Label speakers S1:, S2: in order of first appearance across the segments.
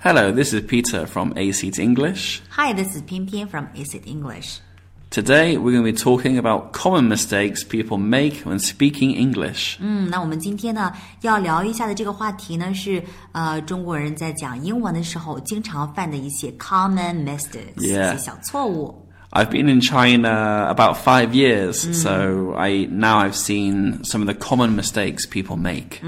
S1: Hello, this is Peter from ACT English.
S2: Hi, this is Pian from Acid English.
S1: Today we're going to be talking about common mistakes people make when speaking English.
S2: 嗯，那我们今天呢要聊一下的这个话题呢是呃中国人在讲英文的时候经常犯的一些 common mistakes，一
S1: Yeah.
S2: 些小错误。
S1: I've been in China about five years, so I now I've seen some of the common mistakes people make.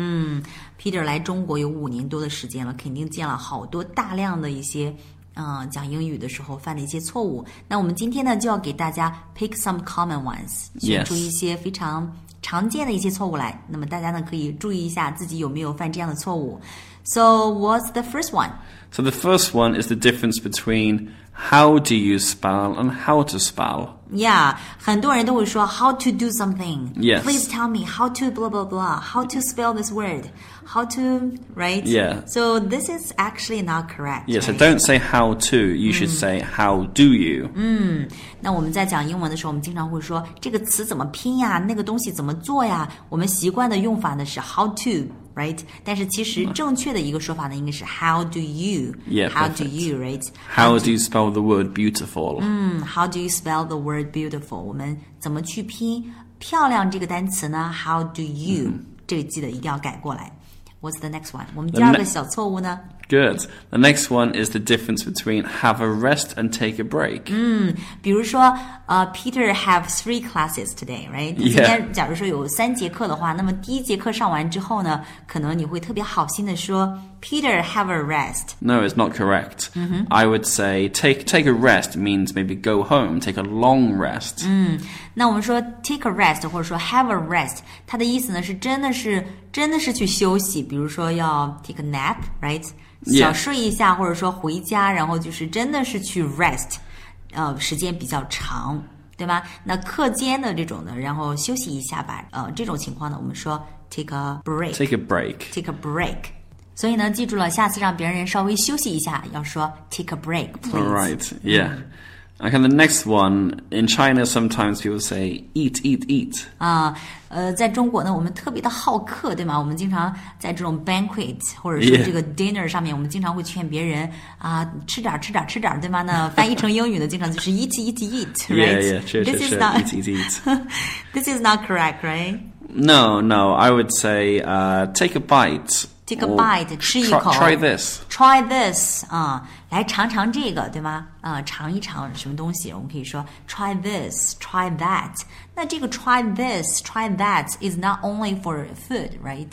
S2: Peter 来中国有五年多的时间了，肯定见了好多大量的一些。嗯，讲英语的时候犯的一些错误。那我们今天呢，就要给大家 pick some common ones，选
S1: Yes.
S2: 出一些非常常见的一些错误来。那么大家呢，可以注意一下自己有没有犯这样的错误。So what's the first one？
S1: So the first one is the difference between how do you spell and how to spell.
S2: Yeah，很多人都会说 how to do something。
S1: Yes.
S2: Please tell me how to blah blah blah. How to spell this word? How to right?
S1: Yeah.
S2: So this is actually not correct.
S1: Yeah, so
S2: right?
S1: don't say how to, you should say how do you.
S2: 那我们在讲英文的时候，我们经常会说这个词怎么拼呀，那个东西怎么做呀？我们习惯的用法呢是 how to。Right，但是其实正确的一个说法呢，应该是 How do you？How
S1: 嗯 Yeah,
S2: do
S1: perfect.
S2: you? Right？
S1: How do you spell the word beautiful?
S2: 嗯 How do you spell the word beautiful？我们怎么去拼漂亮这个单词呢？How do you？、这个记得一定要改过来。What's the next one？我们第二个
S1: ne-
S2: 小错误呢
S1: Good. The next one is the difference between have a rest and take a break.
S2: 比如说，呃、p e t e r have three classes today，right？、今天假如说有三节课的话，那么第一节课上完之后呢，可能你会特别好心的说，Peter have a rest。
S1: No, it's not correct.
S2: Mm-hmm.
S1: I would say take take a rest means maybe go home, take a long rest.
S2: Mm. 那我们说 take a rest 或者说 have a rest，它的意思呢是真的是真的是去休息，比如说要 take a nap，right？小睡一下，或者说回家，然后就是真的是去 rest，呃，时间比较长，对吧？那课间的这种呢，然后休息一下吧，呃，这种情况呢，我们说 take a break，take
S1: Take a break.
S2: a break。所以呢，记住了，下次让别人稍微休息一下，要说 take a break，please。
S1: All right. Yeah. Okay, the next one in China sometimes people say eat eat eat.
S2: 啊，呃，在中国呢，我们特别的好客，对吗？我们经常在这种 banquet 或者是
S1: Yeah.
S2: 这个 dinner 上面，我们经常会劝别人啊，吃点儿，吃点儿，吃点儿，对吗？那翻译成英语呢，经常就是 eat eat
S1: Yeah, yeah,
S2: eat，right？
S1: sure,
S2: This
S1: sure,
S2: is
S1: sure.
S2: not
S1: Eat eat eat.
S2: this is not correct, right?
S1: No, no, I would say uh, take a bite.
S2: Take a
S1: or
S2: bite, 吃一
S1: try,
S2: 口
S1: try this.
S2: Try this 啊、来尝尝这个，对吗？啊、尝一尝什么东西，我们可以说 try this, try that。那这个 try this, try that is not only for food, right?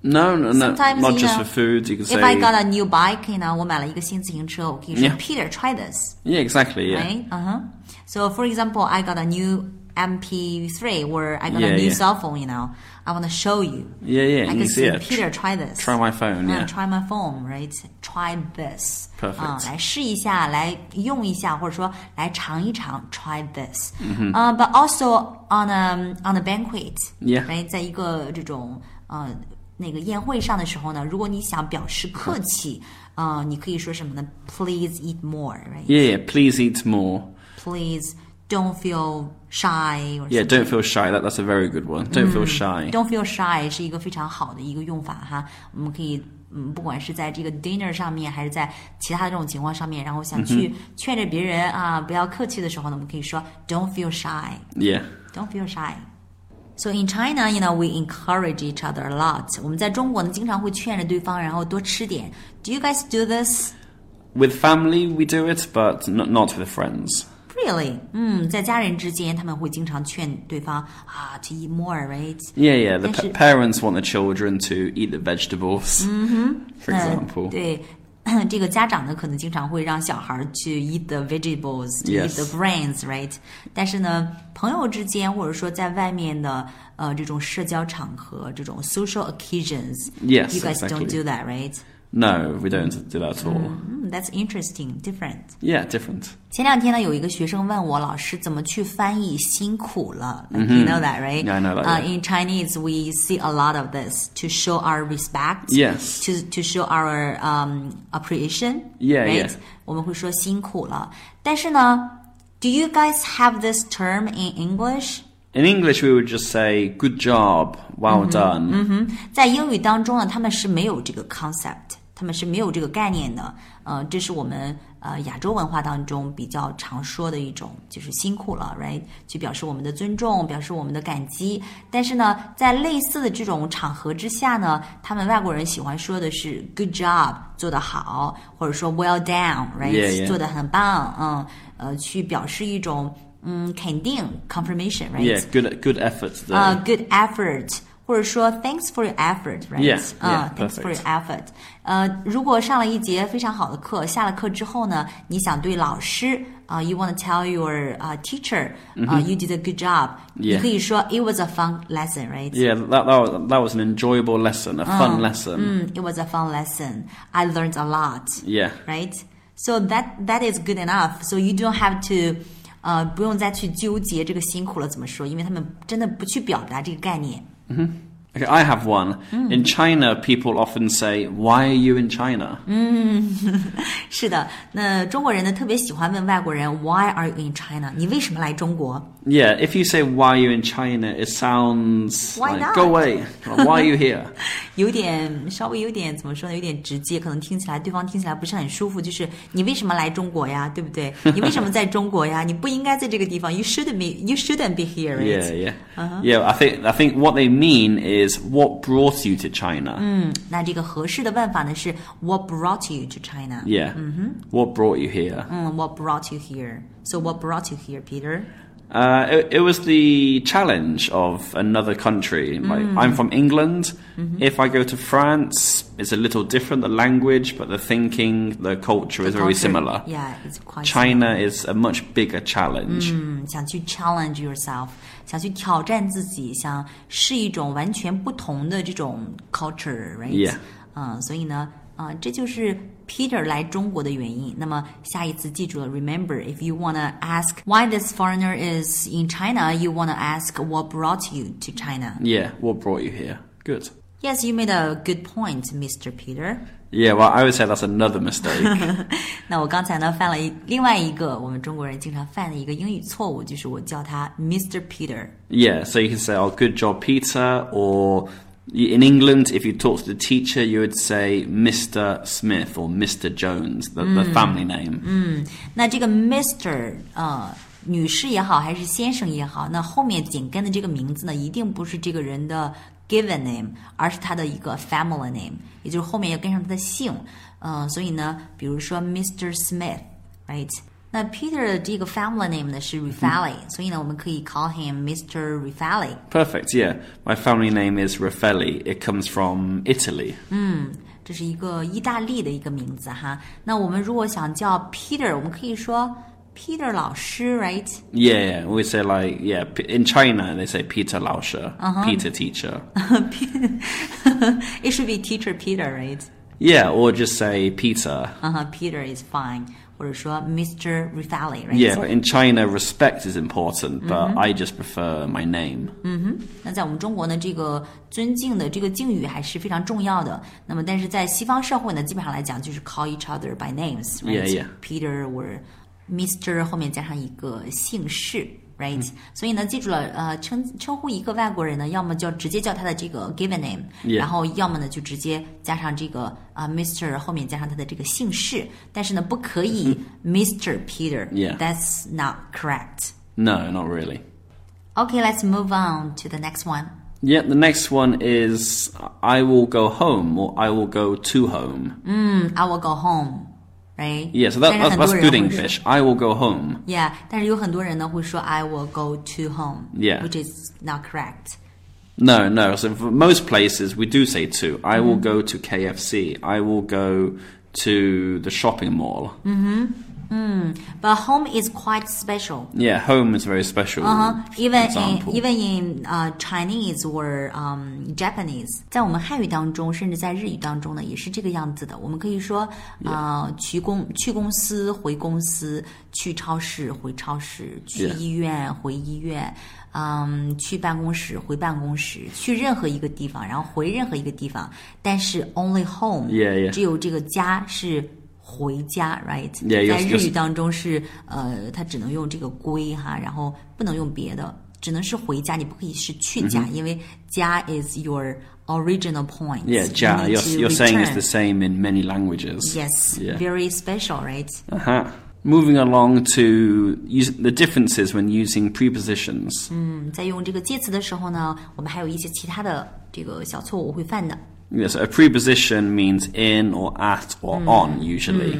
S1: No, no, no.
S2: Sometimes,
S1: not
S2: you
S1: just
S2: know,
S1: for food. You can say
S2: If I got a new bike, you know, 我买了一个新自行车，我可以说
S1: Yeah.
S2: Peter try this,
S1: yeah, exactly. Yeah.
S2: right? Uh huh. So for example, I got a new MP3 or I got a
S1: Yeah,
S2: new
S1: yeah.
S2: cell phone. You know, I want to show you.
S1: Yeah, yeah.
S2: I
S1: you
S2: can
S1: see,
S2: see
S1: yeah, tr-
S2: Peter try this.
S1: try my phone.
S2: Yeah,
S1: Yeah.
S2: try my phone, right? Try this.
S1: Perfect.
S2: 啊、来试一下，来用一下，或者说来尝一尝。Try this. 嗯、But also on a on a banquet.
S1: Yeah.
S2: Right，在一个这种呃那个宴会上的时候呢，如果你想表示客气，啊、你可以说什么呢？Please eat more. Right.
S1: yeah, yeah. Please eat more.
S2: Please don't feel shy. Or
S1: Yeah,
S2: something.
S1: don't feel shy. That, that's a very good one. Don't feel shy.
S2: Mm. Don't feel shy 是一个非常好的一个用法哈，我们可以。嗯，不管是在这个 dinner 上面，还是在其他的这种情况上面，然后想去劝着别人啊，不要客气的时候呢，我们可以说 "Don't feel shy,
S1: Yeah.
S2: don't feel shy." So in China, you know, we encourage each other a lot. 我们在中国呢，经常会劝着对方，然后多吃点。Do you guys do this?
S1: With family, we do it, but not, not with friends.
S2: Really? 嗯，在家人之间，他们会经常劝对方啊，to eat more, right?
S1: Yeah, yeah. The
S2: Yes,
S1: pa-
S2: it-
S1: parents want the children to eat the vegetables, for
S2: 嗯，
S1: example.
S2: 对。 这个家长呢，可能经常会让小孩儿去 eat the vegetables, to eat
S1: Yes.
S2: the grains，right？但是呢，朋友之间或者说在外面的呃这种社交场合，这种 social occasions，you
S1: Yes,
S2: guys don't
S1: exactly.
S2: do that, right?
S1: No, we don't do that at all.
S2: 嗯，That's interesting, different.
S1: Yeah, different.
S2: 前两天呢，有一个学生问我老师怎么去翻译“辛苦了 ”，You know that, right?
S1: Mm-hmm. Yeah, I know that,
S2: Uh,
S1: yeah.
S2: in Chinese, we see a lot of this to show our respect.
S1: Yes.
S2: To to show our um appreciation.
S1: Yeah,
S2: right?
S1: yeah.
S2: 我们会说辛苦了，但是呢，Do you guys have this term in English?
S1: In English, we would just say
S2: Mm-hmm.
S1: "good job," "well done."
S2: 在英语当中呢，他们是没有这个 concept，他们是没有这个概念的。呃，这是我们呃亚洲文化当中比较常说的一种，就是辛苦了，right？去表示我们的尊重，表示我们的感激。但是呢，在类似的这种场合之下呢，他们外国人喜欢说的是 good job，做得好，或者说 well done，right？、
S1: Yeah, yeah.
S2: 做得很棒，嗯，呃，去表示一种嗯肯定 confirmation，right？
S1: Yeah, good good effort. Though.
S2: 啊、g o o d Uh, effort，或者说 thanks for your
S1: Yeah,
S2: effort，right？
S1: yeah,
S2: 啊、t h a n k s
S1: perfect.
S2: for your effort。呃，如果上了一节非常好的课，下了课之后呢，你想对老师啊、y o u want to tell your 啊、teacher 啊、y o u did a good job，、你
S1: Mm-hmm. Yeah.
S2: 可以说 it was a fun lesson，right？
S1: yeah, that, that was, that was an enjoyable lesson, a
S2: Ah.
S1: fun lesson.
S2: 嗯，it mm, was a fun lesson. I learned a lot.
S1: Yeah.
S2: right? So that that is good enough. So you don't have to，呃，不用再去纠结这个辛苦了怎么说，因为他们真的不去表达这个概念。
S1: Okay, I have one.
S2: Mm.
S1: In China, people often say, "Why are you in China?"
S2: 是的，那中国人呢特别喜欢问外国人 Why are you in China？你为什么来中国？
S1: Yeah, if you say "Why are you in China," it sounds
S2: Why
S1: like
S2: not?
S1: "Go away." Like, Why are you here?
S2: 有点稍微有点怎么说呢？有点直接，可能听起来对方听起来不是很舒服。就是你为什么来中国呀？对不 对？你为什么在中国呀？你不应该在这个地方。You shouldn't be. You shouldn't be here. right? Uh-huh.
S1: yeah, yeah, yeah. I think I think what they mean is what brought you to China.
S2: 那这个合适的问法呢是 What brought you to China？
S1: Yeah.
S2: Mm-hmm.
S1: What brought you here?
S2: 嗯，What brought you here? So what brought you here, Peter?
S1: Uh, it, it was the challenge of another country. Like,
S2: Mm.
S1: I'm from England.
S2: Mm-hmm.
S1: If I go to France, it's a little different, the language, but the thinking, the culture is very
S2: Culture-
S1: similar.
S2: Yeah, it's quite.
S1: China is a much bigger challenge.
S2: 嗯，想去 challenge yourself，想去挑战自己，想是一种完全不同的这种 culture，right？、
S1: Yeah.
S2: 嗯，所以呢，啊、这就是 Peter 来中国的原因。那么下一次记住了，remember if you wanna ask why this foreigner is in China, you wanna ask what brought you to China.
S1: Yeah, what brought you here? Good.
S2: Yes, you made a good point, Mr. Peter.
S1: Yeah, well, I would say that's another mistake.
S2: 那我刚才呢犯了一另外一个我们中国人经常犯的一个英语错误，就是我叫他 Mr. Peter。
S1: yeah, so you can say, oh, good job, Peter, or y- in England, if you talk to the teacher, you would say Mr. Smith or Mr. Jones, the, the family name.
S2: 那这个 Mr. 呃，女士也好，还是先生也好，那后面紧跟的这个名字呢，一定不是这个人的 given name，而是他的一个 family name，也就是后面要跟上他的姓。嗯、所以呢，比如说 Mr. Smith，right？那 Peter 的这个 family name 呢是 Rifali，、所以呢，我们可以 call him Mr. Rifali。
S1: Perfect, yeah. My family name is Raffelli. It comes from Italy.
S2: 这是一个意大利的一个名字哈。那我们如果想叫 Peter，我们可以说 Peter 老师，right？
S1: Yeah, yeah, we say like, yeah, P- in China they say Peter Lauscher, Peter teacher.
S2: It should be teacher Peter, right?
S1: yeah, or just say Peter.
S2: 嗯哼 Peter is fine，或者说 Mr. Rifali, right?
S1: Yeah, but in China respect is important, but I just prefer my name.
S2: 那在我们中国呢，这个尊敬的这个敬语还是非常重要的。那么，但是在西方社会呢，基本上来讲就是 call each other by names, right?
S1: Yeah, yeah.
S2: Peter or Mr. 后面加上一个姓氏。Right，、所以
S1: Mm.
S2: 呢，记住了，呃，称称呼一个外国人呢，要么就直接叫他的这个 given name，、
S1: Yeah.
S2: 然后要么呢就直接加上这个啊、Mr. 后面加上他的这个姓氏，但是呢不可以 Mr. Peter，that's、
S1: Mm-hmm. Yeah.
S2: not correct。
S1: No, not really.
S2: Okay，let's move on to the next one。
S1: Yeah, the next one is I will go home or I will go to home.
S2: I will go home, right?
S1: Yeah, so that,
S2: 但是
S1: that's,
S2: 很多
S1: that's
S2: 人
S1: good
S2: 会
S1: English. I will go home.
S2: 说 Yeah，但是有很多人呢会说 I will go to home.
S1: Yeah.
S2: which is not correct.
S1: No, no. So for most places, we do say to. I will go to KFC. I will go to the shopping mall.
S2: But home is quite special.
S1: Yeah, home is very special.
S2: Uh, even in
S1: example.
S2: even in uh, Chinese or um, Japanese，在我们汉语当中，甚至在日语当中呢，也是这个样子的。我们可以说，呃，去公去公司，回公司；去超市，回超市；去
S1: Yeah.
S2: 医院，回医院。嗯，去办公室，回办公室；去任何一个地方，然后回任何一个地方。但是 only home，、
S1: Yeah, yeah.
S2: 只有这个家是回家，right？
S1: Yeah, you're-
S2: 在日
S1: you're-
S2: 语当中是呃，它只能用这个归哈，然后
S1: 嗯
S2: 不能用别的，只能是回家，你不可以是去家，因为家 is your original point.
S1: Yeah, ja.
S2: You
S1: You're,
S2: need to
S1: you're saying it's
S2: return.
S1: the same in many languages.
S2: Yes,
S1: Yeah.
S2: very special, right?
S1: Uh-huh. Moving along to use, the differences when using prepositions.
S2: 嗯，在用这个介词的时候呢，我们还有一些其他的这个小错误会犯的。
S1: Yes, a preposition means in or at or
S2: Mm.
S1: on usually.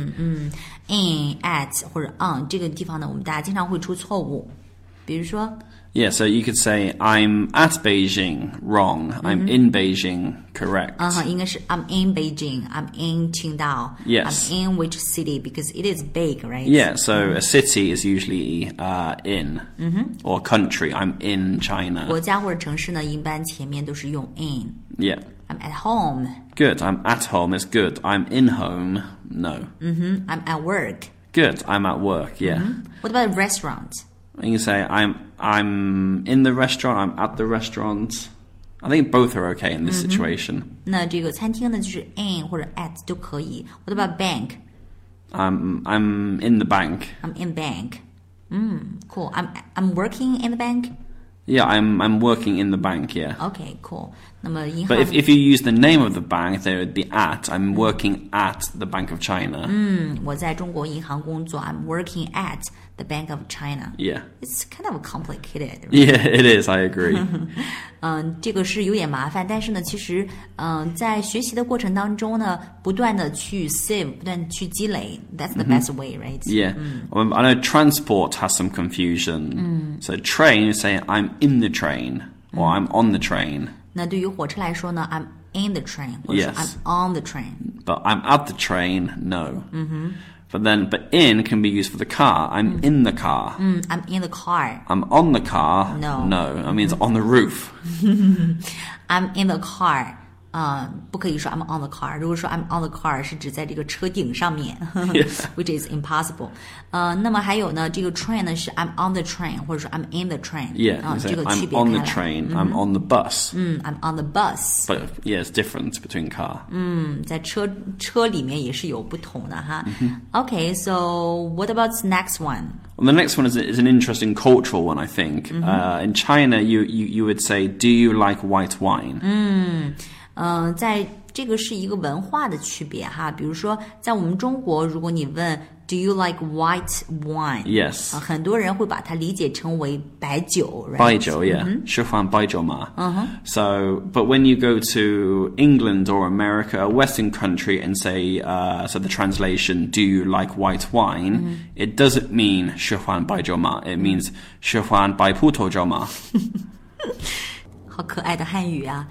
S2: in at 或者 on 这个地方呢，我们大家经常会出错误。比如说，
S1: Yeah, so you could say I'm at Beijing, wrong. I'm in Beijing, correct.
S2: 嗯、应该是 I'm in Beijing, I'm in Qingdao,
S1: Yes.
S2: I'm in which city because it is big, right?
S1: Yeah, so a city is usually uh, in or country. I'm in China.
S2: 国家或者城市呢，一般前面都是用 in。
S1: Yeah.
S2: I'm at home,
S1: Good. I'm at home is good. I'm in home. No.
S2: I'm at work.
S1: Good. I'm at work. Yeah.
S2: What about restaurant?
S1: You can say I'm I'm in the restaurant. I'm at the restaurant. I think both are okay in this situation.
S2: 那这个餐厅呢，就是 in 或者 at 都可以。What about bank?
S1: I'm I'm in the bank.
S2: I'm in bank. 嗯，cool. I'm I'm working in the bank.
S1: Yeah, I'm I'm working in the bank. Yeah.
S2: Okay, cool. 那么银行
S1: But if, if you use the name of the bank, there would be at. I'm working at the Bank of China.
S2: 我在中国银行工作，I'm working at the Bank of China.
S1: Yeah.
S2: It's kind of complicated. right?
S1: Yeah, it is. I agree.
S2: 嗯，这个是有点麻烦，但是呢，其实嗯，在学习的过程当中呢，不断的去 save，不断地去积累，that's the best way, right?
S1: yeah. Um, I know transport has some confusion. So train, you say I'm in the train or I'm on the train.
S2: 那对于火车来说呢，I'm in the train，或者说
S1: Yes.
S2: I'm on the train。
S1: But I'm at the train, no. But then, but in can be used for the car. I'm in the car.
S2: 嗯，I'm in the car。
S1: I'm on the car.
S2: Mm. No.
S1: No. That means on the roof.
S2: I'm in the car。嗯，不可以说 I'm on the car。如果说 I'm on the car，是指在这个车顶上面 ，which is impossible。呃，那么还有呢，这个 train 呢是 I'm on the train，或者说 I'm in the train。
S1: Yeah.
S2: 啊
S1: you，say,
S2: 这个区
S1: I'm
S2: 别
S1: on the
S2: 开来
S1: train. I'm on the bus.
S2: 嗯，I'm on the bus。
S1: But yeah, it's different between car.
S2: 嗯，在车车里面也是有不同的哈。Okay，so what about the next one？
S1: Well, the next one is, is an interesting cultural one, I think. Uh, in China, you, you, you would say, Do you like white wine?
S2: 嗯、在这个是一个文化的区别哈。比如说，在我们中国，如果你问 Do you like white wine？
S1: Yes.
S2: 啊，很多人会把它理解成为白酒 r i
S1: Baijiu, yeah. Shufan Baijiu Ma. So, but when you go to England or America, a Western country, and say, uh, so the translation, do you like white wine? It doesn't mean Shufan Baijiu Ma. It means Shufan Bai Puto Jiu Ma.
S2: 好可爱的汉语啊。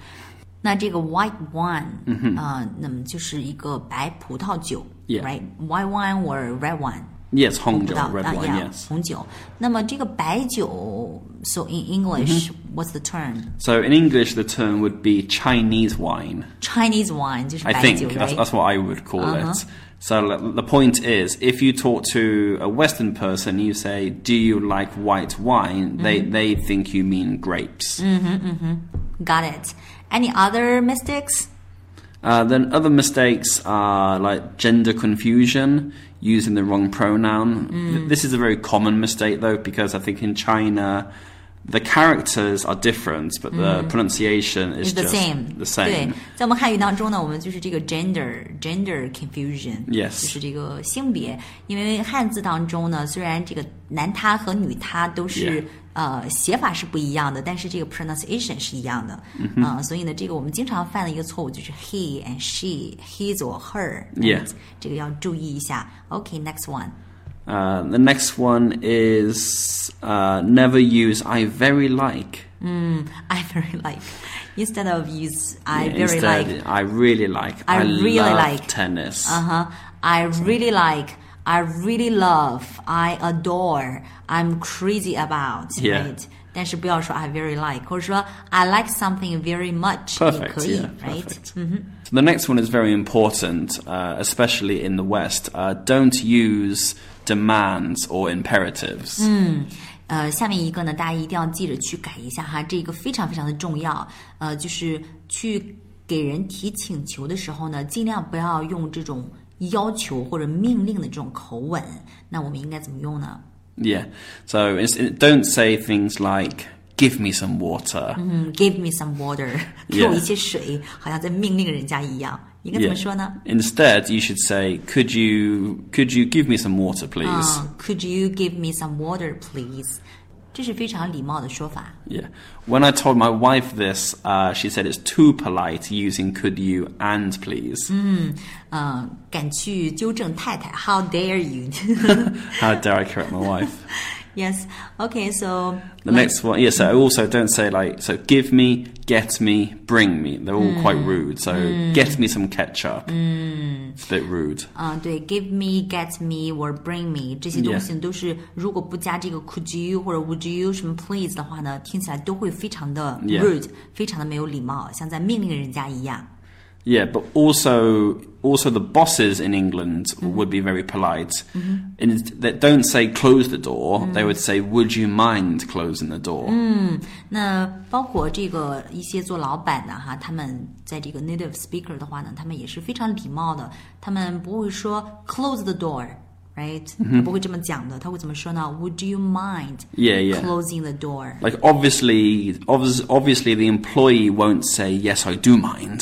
S2: 那这个 white wine，嗯啊、那么就是一个白葡萄酒
S1: Yeah
S2: right？white wine or red wine？
S1: Yes, Hong
S2: 葡萄
S1: Jiu, red
S2: 啊
S1: wine,
S2: uh, yeah，
S1: yes.
S2: 红酒。那么这个白酒，so in English、what's the term?
S1: So in English, the term would be Chinese wine.
S2: Chinese wine 就是
S1: I
S2: 白
S1: think
S2: 酒
S1: that's,
S2: ，right？
S1: that's what I would call
S2: Uh-huh.
S1: it. So l- the point is, if you talk to a Western person, you say, "Do you like white wine?" They
S2: Mm-hmm.
S1: they think you mean grapes.
S2: Mm. Got it. Any other mistakes?
S1: Uh, then other mistakes are like gender confusion, using the wrong pronoun.
S2: Mm.
S1: Th- This is a very common mistake though, because I think in China. The characters are different, but the pronunciation is
S2: It's Mm. the
S1: just
S2: same.
S1: the
S2: 对
S1: same.，
S2: 在我们汉语当中呢，我们就是这个 gender gender confusion，
S1: Yes.
S2: 就是这个性别。因为汉字当中呢，虽然这个男他和女他都是
S1: Yeah.
S2: 呃写法是不一样的，但是这个 pronunciation 是一样的。嗯、
S1: Mm-hmm
S2: 所以呢，这个我们经常犯的一个错误就是 he and she, his or her。
S1: Yeah.
S2: 这个要注意一下。OK，next、one。
S1: Uh, the next one is uh, never use I very like.
S2: I very like instead of use I
S1: Yeah,
S2: very
S1: instead,
S2: like
S1: I really like.
S2: I really
S1: love
S2: like.
S1: tennis.
S2: Uh huh. I really like. I really love. I adore. I'm crazy about.
S1: Yeah.
S2: Right. 但是不要说 I very like，或者说 I like something very much 也
S1: Perfect.
S2: 可以
S1: Yeah.
S2: ，right？嗯
S1: Perfect. So the next one is very important, uh, especially in the West. Uh, don't use demands or imperatives.
S2: Mm. 呃，下面一个呢，大家一定要记着去改一下哈，这个非常非常的重要。呃，就是去给人提请求的时候呢，尽量不要用这种要求或者命令的这种口吻。那我们应该怎么用呢？
S1: Yeah. So it's, it, don't say things like give me some water.
S2: 嗯，give me some water，给 我一些水，好像在命令人家一样。应该怎么说呢？
S1: Instead, you should say, "Could you could you give me some water, please?"
S2: 啊，Could you give me some water, please？这是非常礼貌的说法。
S1: Yeah. When I told my wife this, uh, she said it's too polite using "could you" and "please."
S2: Mm. 嗯，敢去纠正太太，How dare you？
S1: How dare I correct my wife?
S2: Yes. Okay. So
S1: The next one, yeah. So also don't say like so. Give me, get me, bring me. They're all quite rude. So get me some ketchup. It's a bit rude.
S2: 啊、对，give me, get me or bring me 这些东西都是如果不加这个 could you 或者 would you 什么 please 的话呢，听起来都会非常的
S1: Yeah.
S2: rude，、非常的没有礼貌，像在命令人家一样。
S1: Yeah, but also also the bosses in England would be very polite. And it's- they don't say close the door. They would say, "Would you mind closing the door?"
S2: 那包括这个一些做老板的哈，他们在这个 native speaker 的话呢，他们也是非常礼貌的，他们不会说 close the door，right？、不
S1: 嗯
S2: 会这么讲的，他会怎么说呢？Would you mind
S1: Yeah, yeah.
S2: closing the door？
S1: Like obviously, obvi- obviously the employee won't say, "Yes, I do mind."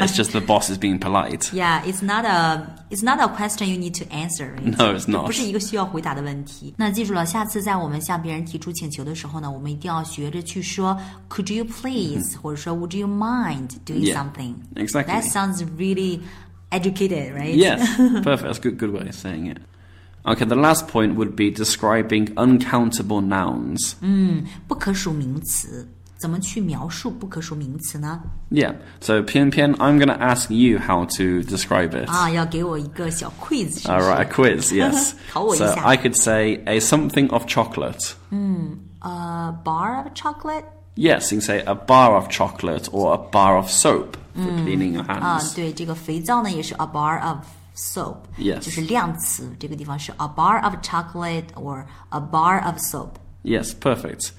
S1: it's just the boss is being polite.
S2: Yeah, it's not a it's not a question you need to answer. right?
S1: No, it's
S2: 这
S1: not.
S2: 不是一个需要回答的问题。那记住了，下次在我们向别人提出请求的时候呢，我们一定要学着去说 Could you please，、或者说 Would you mind
S1: 嗯
S2: doing
S1: Yeah,
S2: something?
S1: exactly.
S2: That sounds really educated, right?
S1: Yes, perfect. That's a good, good way of saying it. Okay, the last point would be describing uncountable nouns.
S2: 不可数名词怎么去描述不可数名词呢？
S1: Yeah. So, Pian Pian, I'm going to ask you how to describe it.
S2: 啊，要给我一个小 quiz 是
S1: All
S2: 不是
S1: right, a quiz, yes.
S2: 考我一下。
S1: so I could say a something of chocolate.
S2: A bar of chocolate.
S1: Yes, you can say a bar of chocolate or a bar of soap for cleaning your
S2: 啊
S1: hands.，
S2: 对，这个肥皂呢也是 a bar of soap，、
S1: Yes
S2: 就是量词，这个地方是 a bar of chocolate or a bar of soap。
S1: Yes, perfect.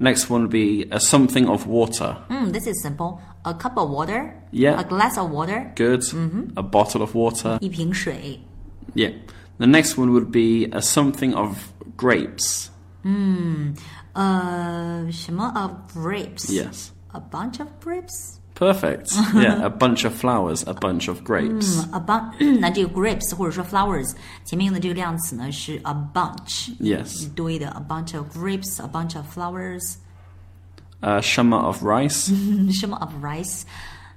S1: Next one would be a something of water.
S2: 嗯，this is simple，a cup of water，a
S1: Yeah.
S2: glass of water，
S1: Good. A bottle of water.
S2: 一瓶水。
S1: Yeah. The next one would be a something of grapes.
S2: 呃，什么 of grapes？A
S1: Yes.
S2: bunch of grapes？
S1: Perfect. yeah, a bunch of flowers, a bunch of grapes.
S2: 嗯，a bunch。那这 个 grapes 或者说 flowers 前面用的这个量词呢是 a bunch，一
S1: Yes.
S2: 堆的 a bunch of grapes，a bunch of flowers。
S1: A shama of rice.
S2: 嗯什么 of rice？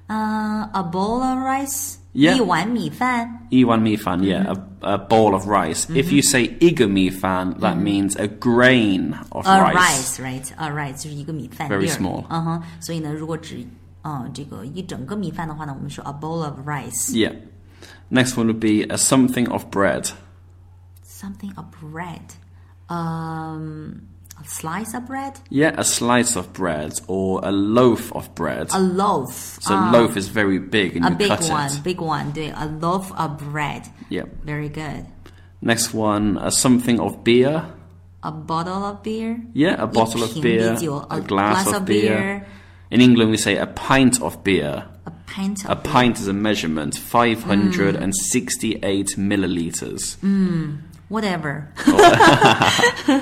S2: 嗯、a bowl of rice，、
S1: Yeah
S2: 一碗米饭。
S1: Iwan mifan, yeah, a, a bowl of rice. If you say igu mifan, that means a grain Mm-hmm. of
S2: A
S1: rice.
S2: rice, right? A rice 就是一个米饭
S1: Very
S2: 粒儿
S1: small.
S2: 嗯哼，所以呢，如果只嗯这个一整个米饭的话呢，我们说 a bowl of rice,
S1: Yeah. Next one would be a something of bread.
S2: something of bread, um, a slice of bread,
S1: Yeah, a slice of bread or a loaf of bread.
S2: a loaf,
S1: so loaf is very ah. big and
S2: a
S1: you
S2: big
S1: cut
S2: one,
S1: it.
S2: big one. 对，a loaf of bread.
S1: Yeah.
S2: Very good.
S1: Next one, a something of beer.
S2: A bottle of beer.
S1: Yeah, a bottle of
S2: 一瓶
S1: beer,
S2: 啤酒
S1: a
S2: ，a
S1: glass
S2: glass
S1: of
S2: of
S1: beer.
S2: beer.
S1: In England, we say a pint of beer.
S2: A pint.
S1: A
S2: Of beer.
S1: pint is a measurement, 568 milliliters.
S2: Mm. Whatever.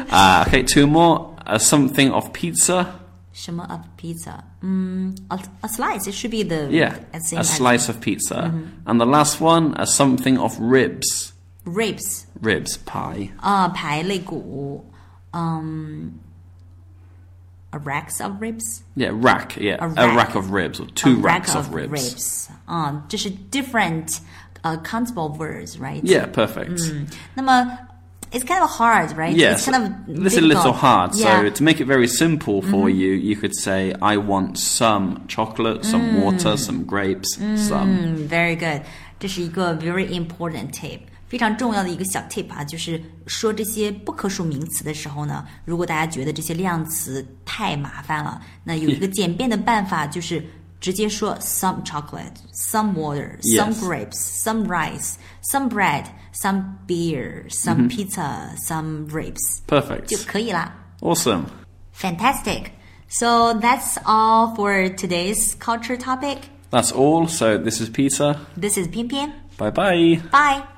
S1: Ah, okay, two more. A something of pizza.
S2: 什么 of pizza？嗯，a a slice it should be the
S1: Yeah,
S2: as in
S1: a slice of pizza.
S2: Mm-hmm.
S1: And the last one, a something of ribs.
S2: ribs
S1: Ribs, pie.
S2: 啊，排肋骨，嗯，a racks of ribs，
S1: Yeah, rack. Yeah, a,
S2: rack.
S1: rack of ribs or two
S2: a
S1: racks
S2: rack
S1: of,
S2: of
S1: ribs.
S2: ribs，啊，这是 different 呃 countable words，right？
S1: Yeah, perfect.
S2: 那么 it's kind of hard, right?
S1: Yes,
S2: Mm. it's kind of
S1: this is a little
S2: difficult.
S1: hard. So
S2: Yeah. Mm-hmm.
S1: to make it very simple for you, you could say, "I want some chocolate, some
S2: Mm.
S1: water, some grapes, some."
S2: 嗯，very good，这是一个 very important tip，非常重要的一个小 tip 啊，就是说这些不可数名词的时候呢，如果大家觉得这些量词太麻烦了，那有一个简便的办法就是。直接说 some chocolate, some water, some
S1: Yes.
S2: grapes, some rice, some bread, some beer, some pizza, some grapes
S1: Perfect.
S2: 就可以啦。
S1: Awesome.
S2: Fantastic. So that's all for today's culture topic.
S1: That's all. So this is Peter.
S2: This is 偏偏
S1: Bye bye.
S2: Bye.